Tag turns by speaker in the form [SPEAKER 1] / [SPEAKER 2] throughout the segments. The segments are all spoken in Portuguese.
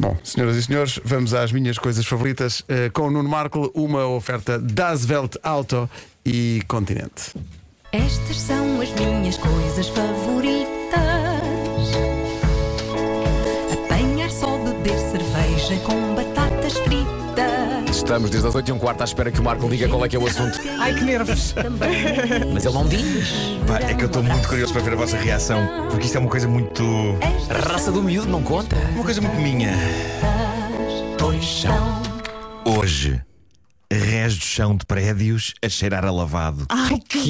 [SPEAKER 1] Bom, senhoras e senhores, vamos às minhas coisas favoritas eh, com o Nuno Marco, uma oferta das Welt Auto e Continente.
[SPEAKER 2] Estas são as minhas coisas favoritas: apanhar só, beber cerveja com batatas fritas.
[SPEAKER 3] Estamos desde as 8 e um quarto à espera que o Marco diga qual é que é o assunto.
[SPEAKER 2] Ai que nervos! Também.
[SPEAKER 3] Mas ele não diz.
[SPEAKER 4] Pá, é que eu estou muito curioso para ver a vossa reação, porque isto é uma coisa muito.
[SPEAKER 3] A raça do miúdo não conta.
[SPEAKER 4] uma coisa muito minha.
[SPEAKER 2] Pois são.
[SPEAKER 4] Hoje, res do chão de prédios a cheirar a lavado.
[SPEAKER 3] Ai, que?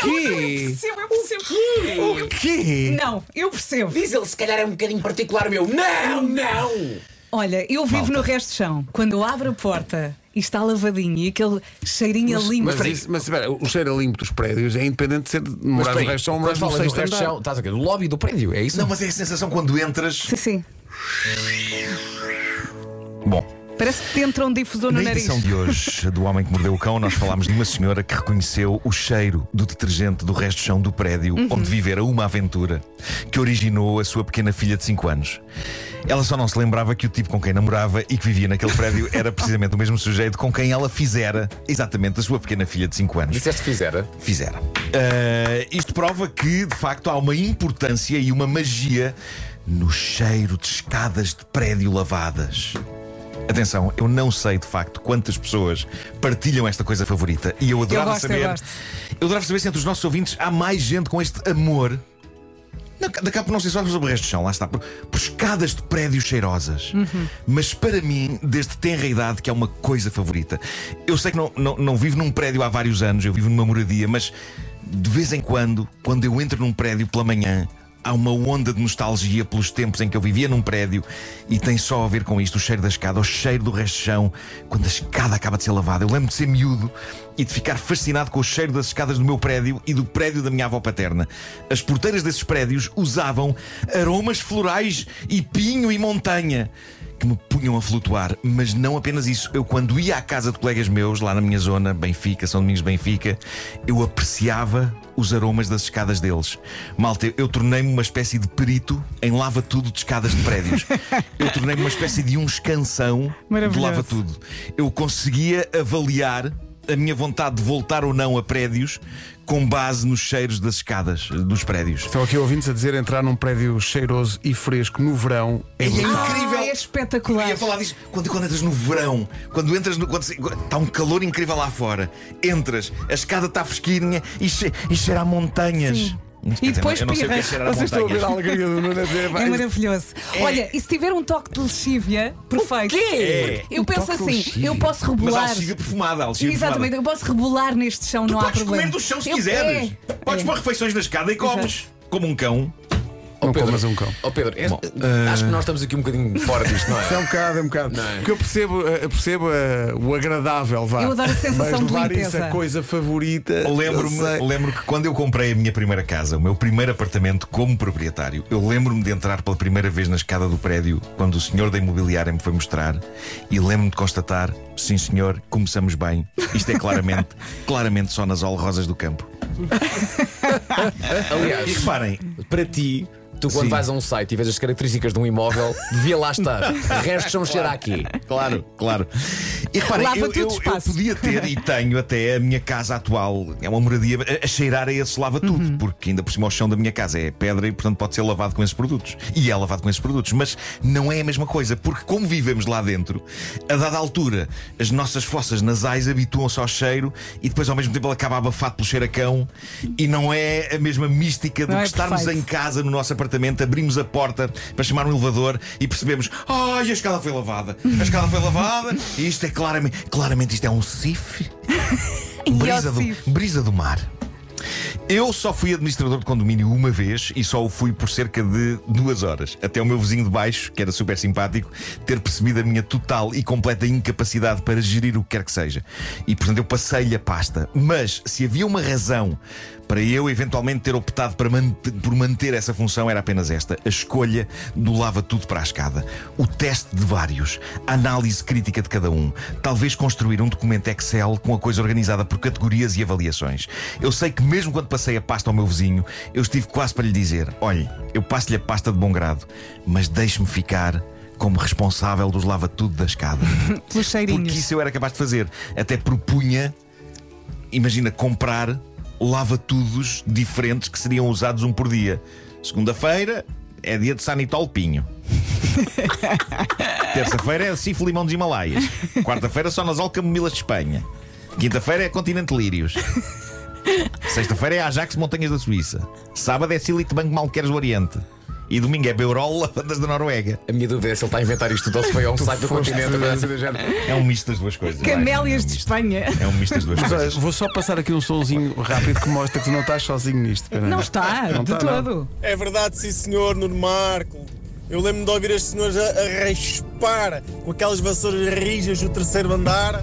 [SPEAKER 3] que?
[SPEAKER 5] percebo, eu percebo.
[SPEAKER 4] O quê?
[SPEAKER 5] Não, eu percebo.
[SPEAKER 3] Diz ele, se calhar é um bocadinho particular meu. Não, não!
[SPEAKER 5] Olha, eu vivo
[SPEAKER 4] Malta.
[SPEAKER 5] no resto de chão. Quando eu abro a porta e está lavadinho e aquele cheirinho a limpo.
[SPEAKER 1] Mas, isso- mas espera, o cheiro a limpo dos prédios é independente de ser de morar no resto ou morar
[SPEAKER 3] quando
[SPEAKER 1] no
[SPEAKER 3] falas
[SPEAKER 1] sexto
[SPEAKER 3] do resto
[SPEAKER 1] andar.
[SPEAKER 3] são- estás a quê? Do lobby do prédio, é isso?
[SPEAKER 4] Não, mas é a sensação quando entras.
[SPEAKER 5] Sim, sim.
[SPEAKER 4] Bom.
[SPEAKER 5] Parece que te entra um difusor no
[SPEAKER 4] Na
[SPEAKER 5] nariz.
[SPEAKER 4] edição de hoje do Homem que Mordeu o Cão, nós falámos de uma senhora que reconheceu o cheiro do detergente do resto do chão do prédio onde vivera uma aventura que originou a sua pequena filha de 5 anos. Ela só não se lembrava que o tipo com quem namorava e que vivia naquele prédio era precisamente o mesmo sujeito com quem ela fizera exatamente a sua pequena filha de 5 anos.
[SPEAKER 3] Disseste que fizera.
[SPEAKER 4] Fizera. Ah, isto prova que, de facto, há uma importância e uma magia no cheiro de escadas de prédio lavadas. Atenção, eu não sei de facto quantas pessoas partilham esta coisa favorita e eu adorava
[SPEAKER 5] gosto, eu
[SPEAKER 4] saber.
[SPEAKER 5] gosto.
[SPEAKER 4] eu adorava saber se entre os nossos ouvintes há mais gente com este amor não, da capa não sei só sobre o resto do chão, lá está. Por, por escadas de prédios cheirosas. Mas para mim, desde tenra idade, que é uma coisa favorita. Eu sei que não, não, não vivo num prédio há vários anos, eu vivo numa moradia, mas de vez em quando, quando eu entro num prédio pela manhã, há uma onda de nostalgia pelos tempos em que eu vivia num prédio e tem só a ver com isto: o cheiro da escada, o cheiro do resto do chão, quando a escada acaba de ser lavada. Eu lembro de ser miúdo e de ficar fascinado com o cheiro das escadas do meu prédio e do prédio da minha avó paterna. As porteiras desses prédios usavam aromas florais e pinho e montanha que me punham a flutuar, mas não apenas isso. Eu, quando ia à casa de colegas meus, lá na minha zona, Benfica, São Domingos de Benfica, eu apreciava os aromas das escadas deles. Malta, eu tornei-me uma espécie de perito em lava-tudo de escadas de prédios. eu tornei-me uma espécie de um escansão de
[SPEAKER 5] Maravilhoso.
[SPEAKER 4] lava-tudo tudo. Eu conseguia avaliar a minha vontade de voltar ou não a prédios com base nos cheiros das escadas dos prédios.
[SPEAKER 1] Estão aqui ouvintes a dizer entrar num prédio cheiroso e fresco no verão é
[SPEAKER 4] E é
[SPEAKER 1] brutal.
[SPEAKER 4] incrível.
[SPEAKER 5] Ah, é espetacular.
[SPEAKER 4] Eu ia falar disso quando, quando entras no verão, quando entras no. Quando, se- quando- está um calor incrível lá fora. Entras, a escada está fresquinha e, che, e cheira a montanhas.
[SPEAKER 5] Sim.
[SPEAKER 4] Quer
[SPEAKER 5] E
[SPEAKER 4] dizer,
[SPEAKER 5] depois
[SPEAKER 4] eu não sei o que é
[SPEAKER 5] pirras.
[SPEAKER 4] cheirar a
[SPEAKER 1] Vocês estão a ver
[SPEAKER 4] montanhas.
[SPEAKER 1] a alegria do Nuno a dizer,
[SPEAKER 5] É
[SPEAKER 1] vai,
[SPEAKER 5] maravilhoso. Olha, e se tiver um toque de lexívia, perfeito.
[SPEAKER 3] quê?
[SPEAKER 5] Eu
[SPEAKER 1] Um
[SPEAKER 5] penso
[SPEAKER 1] toque de
[SPEAKER 5] assim,
[SPEAKER 1] lexívia.
[SPEAKER 5] eu posso
[SPEAKER 4] Mas a
[SPEAKER 5] rebolar.
[SPEAKER 4] alxiga perfumada, a alxiga perfumada.
[SPEAKER 5] Exatamente, eu posso rebolar neste chão, não há
[SPEAKER 4] Podes
[SPEAKER 5] problema.
[SPEAKER 4] comer do chão se
[SPEAKER 5] Eu-
[SPEAKER 4] quiseres.
[SPEAKER 5] é.
[SPEAKER 4] Podes
[SPEAKER 5] É.
[SPEAKER 4] pôr refeições na escada e comes. Como um cão.
[SPEAKER 1] Não comas um cão.
[SPEAKER 3] Oh, Pedro, é- acho que nós estamos aqui um bocadinho fora disto, não
[SPEAKER 1] É
[SPEAKER 3] é?
[SPEAKER 1] um bocado, é um bocado.
[SPEAKER 3] Não é?
[SPEAKER 1] Porque eu percebo, eh, percebo eh, o agradável, vá.
[SPEAKER 5] Eu adoro a sensação
[SPEAKER 1] Mas
[SPEAKER 5] de
[SPEAKER 1] levar isso
[SPEAKER 5] limpeza.
[SPEAKER 1] a coisa favorita.
[SPEAKER 4] Eu
[SPEAKER 1] eu sei.
[SPEAKER 4] Lembro-me lembro que quando eu comprei a minha primeira casa, o meu primeiro apartamento como proprietário, eu lembro-me de entrar pela primeira vez na escada do prédio quando o senhor da imobiliária me foi mostrar e lembro-me de constatar: sim, senhor, começamos bem. Isto é claramente, claramente só nas olrosas do campo. E
[SPEAKER 3] Aliás,
[SPEAKER 4] reparem,
[SPEAKER 3] para ti, tu quando
[SPEAKER 4] Sim.
[SPEAKER 3] vais a um site e vês as características de um imóvel, devia lá estar. Restos são cheira aqui.
[SPEAKER 4] Claro, claro. E reparem,
[SPEAKER 5] Lava
[SPEAKER 4] eu,
[SPEAKER 5] tudo
[SPEAKER 4] eu- eu
[SPEAKER 5] espaço.
[SPEAKER 4] podia ter e tenho até a minha casa atual, é uma moradia, a, a cheirar a esse lava-tudo,
[SPEAKER 5] Uhum.
[SPEAKER 4] porque ainda por cima o chão da minha casa é pedra e, portanto, pode ser lavado com esses produtos. E é lavado com esses produtos, mas não é a mesma coisa, porque como vivemos lá dentro, a dada altura, as nossas fossas nasais habituam-se ao cheiro e depois, ao mesmo tempo, ele acaba abafado pelo cheiro a cão e não é a mesma mística do
[SPEAKER 5] Não
[SPEAKER 4] que
[SPEAKER 5] é
[SPEAKER 4] estarmos
[SPEAKER 5] perfeito.
[SPEAKER 4] em casa, no nosso apartamento, abrimos a porta para chamar um elevador e percebemos: ai, a escada foi lavada, a escada foi lavada, e isto é claramente, claramente isto é um CIF. Brisa do,
[SPEAKER 5] Iosif.
[SPEAKER 4] brisa do mar. Eu só fui administrador de condomínio uma vez e só o fui por cerca de duas horas. Até o meu vizinho de baixo, que era super simpático, ter percebido a minha total e completa incapacidade para gerir o que quer que seja. E portanto eu passei-lhe a pasta. Mas se havia uma razão para eu eventualmente ter optado para mante- por manter essa função, era apenas esta: a escolha do lava tudo para a escada. O teste de vários, a análise crítica de cada um. Talvez construir um documento Excel com a coisa organizada por categorias e avaliações. Eu sei que mesmo quando passei a pasta ao meu vizinho, eu estive quase para lhe dizer: olhe, eu passo-lhe a pasta de bom grado, mas deixe-me ficar como responsável dos lava-tudo da escada.
[SPEAKER 5] Pelos cheirinhos.
[SPEAKER 4] Porque isso eu era capaz de fazer. Até propunha, imagina, comprar lava-tudos diferentes que seriam usados um por dia. Segunda-feira é dia de Sanitol Pinho. Terça-feira é Cifo Limão dos Himalaias. Quarta-feira só nas Alcamomilas de Espanha. Quinta-feira é Continente Lírios. Sexta-feira é Ajax Montanhas da Suíça. Sábado é Silite Banco Malqueres do Oriente. E domingo é Beurol Lavandas da Noruega.
[SPEAKER 3] A minha dúvida é se ele está a inventar isto tudo ou se foi a um site do continente. uma coisa assim do género.
[SPEAKER 4] É um misto das duas coisas. vai.
[SPEAKER 5] Camélias
[SPEAKER 4] É um
[SPEAKER 5] de
[SPEAKER 4] misto.
[SPEAKER 5] Espanha.
[SPEAKER 4] É um misto das duas
[SPEAKER 1] Mas olha,
[SPEAKER 4] coisas.
[SPEAKER 1] vou só passar aqui um sonzinho rápido que mostra que tu não estás sozinho nisto. Espera aí.
[SPEAKER 5] Não está,
[SPEAKER 1] Não
[SPEAKER 5] de
[SPEAKER 1] está, não.
[SPEAKER 5] todo.
[SPEAKER 6] É verdade, sim senhor, Nuno Marco. Eu lembro-me de ouvir as senhoras a, a raspar com aquelas vassouras rijas do terceiro andar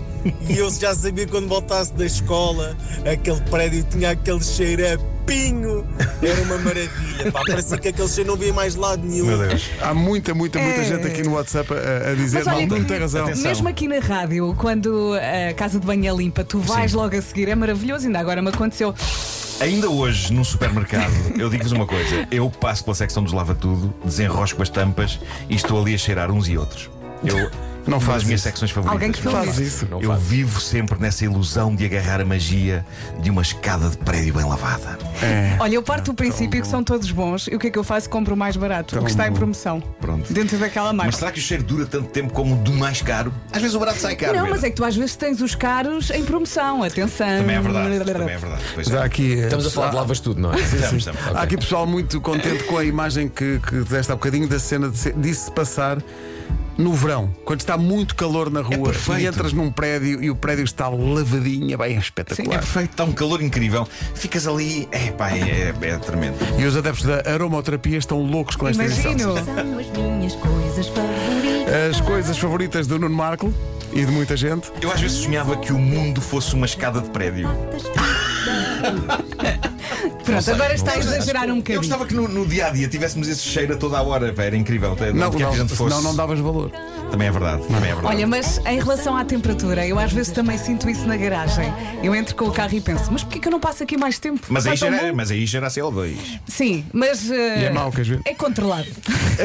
[SPEAKER 6] e eu já sabia quando voltasse da escola aquele prédio tinha aquele cheiro a pinho. Era uma maravilha, pá. Parecia que aquele cheiro não via mais de lado nenhum.
[SPEAKER 4] Meu Deus.
[SPEAKER 1] Há muita, muita, muita
[SPEAKER 5] É.
[SPEAKER 1] gente aqui no WhatsApp a, a dizer:
[SPEAKER 5] Mas olha
[SPEAKER 1] Não, não
[SPEAKER 5] que-
[SPEAKER 1] tem razão.
[SPEAKER 4] Atenção.
[SPEAKER 5] Mesmo aqui na rádio, quando a casa de banho é limpa, tu vais logo a seguir, é maravilhoso. Ainda agora me aconteceu.
[SPEAKER 4] Ainda hoje, num supermercado, eu digo-vos uma coisa: eu passo pela secção dos lava-tudo, desenrosco as tampas e estou ali a cheirar uns e outros. Eu.
[SPEAKER 1] Não
[SPEAKER 4] uma
[SPEAKER 1] faz
[SPEAKER 4] das minhas
[SPEAKER 1] isso.
[SPEAKER 4] secções favoritas.
[SPEAKER 5] Alguém que
[SPEAKER 1] Faz
[SPEAKER 5] filme.
[SPEAKER 1] isso.
[SPEAKER 3] Não
[SPEAKER 4] eu
[SPEAKER 3] faz.
[SPEAKER 4] vivo sempre nessa ilusão de agarrar a magia de uma escada de prédio bem lavada. É,
[SPEAKER 5] Olha, eu parto do princípio que são todos bons e o que é que eu faço? Compro o mais barato, o que está em promoção.
[SPEAKER 4] Pronto.
[SPEAKER 5] Dentro daquela
[SPEAKER 4] Mas
[SPEAKER 5] marca.
[SPEAKER 4] será que o cheiro dura tanto tempo como o do mais caro? Às vezes o barato sai caro.
[SPEAKER 5] Não,
[SPEAKER 4] Vera.
[SPEAKER 5] mas é que tu às vezes tens os caros em promoção, atenção.
[SPEAKER 4] Também é verdade. Também é verdade. Pois
[SPEAKER 1] Mas
[SPEAKER 4] é.
[SPEAKER 1] há aqui, eh,
[SPEAKER 3] Estamos a falar de
[SPEAKER 1] pessoal-
[SPEAKER 3] lavas tudo, não é?
[SPEAKER 4] Estamos, estamos.
[SPEAKER 1] Há aqui pessoal muito contente com a imagem que, que deste há bocadinho da cena de se- disso se passar no verão, quando está muito calor na rua e
[SPEAKER 4] É perfeito.
[SPEAKER 1] entras num prédio e o prédio está lavadinho, é bem
[SPEAKER 4] É
[SPEAKER 1] espetacular.
[SPEAKER 4] perfeito, está um calor incrível. Ficas ali, epá, é, é, é tremendo.
[SPEAKER 1] e os adeptos da aromoterapia estão loucos com esta edição.
[SPEAKER 5] Imagino.
[SPEAKER 2] São as minhas coisas favoritas.
[SPEAKER 1] As coisas favoritas do Nuno Marco e de muita gente.
[SPEAKER 4] Eu às vezes sonhava que o mundo fosse uma escada de prédio.
[SPEAKER 2] Batatas fritas.
[SPEAKER 5] Pronto, agora está a
[SPEAKER 4] sei.
[SPEAKER 5] exagerar um
[SPEAKER 4] Eu
[SPEAKER 5] bocadinho.
[SPEAKER 4] gostava que no, dia a dia tivéssemos esse cheiro a toda a hora, pá, era incrível. Até
[SPEAKER 1] Não,
[SPEAKER 4] onde quer que a gente
[SPEAKER 1] não,
[SPEAKER 4] fosse.
[SPEAKER 1] não, não davas valor.
[SPEAKER 4] Também é verdade, também é verdade.
[SPEAKER 5] Olha, mas em relação à temperatura, eu às vezes também sinto isso na garagem. Eu entro com o carro e penso, mas porquê que eu não passo aqui mais tempo?
[SPEAKER 4] mas, aí
[SPEAKER 5] Está tão
[SPEAKER 4] gera,
[SPEAKER 5] um bom.
[SPEAKER 4] mas aí gera CO2.
[SPEAKER 5] Sim, mas. eh,
[SPEAKER 1] é mau, queres ver?
[SPEAKER 5] É controlado.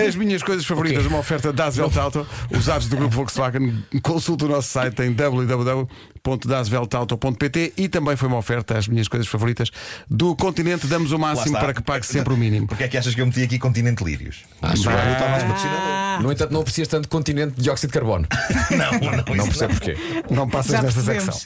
[SPEAKER 1] As minhas coisas favoritas, uma oferta da Asvelt Auto. Usados do grupo Volkswagen, consulta o nosso site em www.dasveltauto.pt e também foi uma oferta, as minhas coisas favoritas do continente. Damos o
[SPEAKER 4] Lá
[SPEAKER 1] máximo
[SPEAKER 4] está.
[SPEAKER 1] para que pague sempre o mínimo.
[SPEAKER 4] Porquê é que achas que eu meti aqui continente lírios? Então,
[SPEAKER 3] Acho
[SPEAKER 4] Pá,
[SPEAKER 1] é.
[SPEAKER 3] bem.
[SPEAKER 4] eu estava mais patrocinador.
[SPEAKER 3] No entanto, Ah. não aprecias tanto continente de dióxido de carbono.
[SPEAKER 4] Não, não,
[SPEAKER 3] Não
[SPEAKER 4] isso
[SPEAKER 3] percebo porquê.
[SPEAKER 1] Não passas
[SPEAKER 5] Já
[SPEAKER 1] desta
[SPEAKER 5] percebemos.
[SPEAKER 1] secção.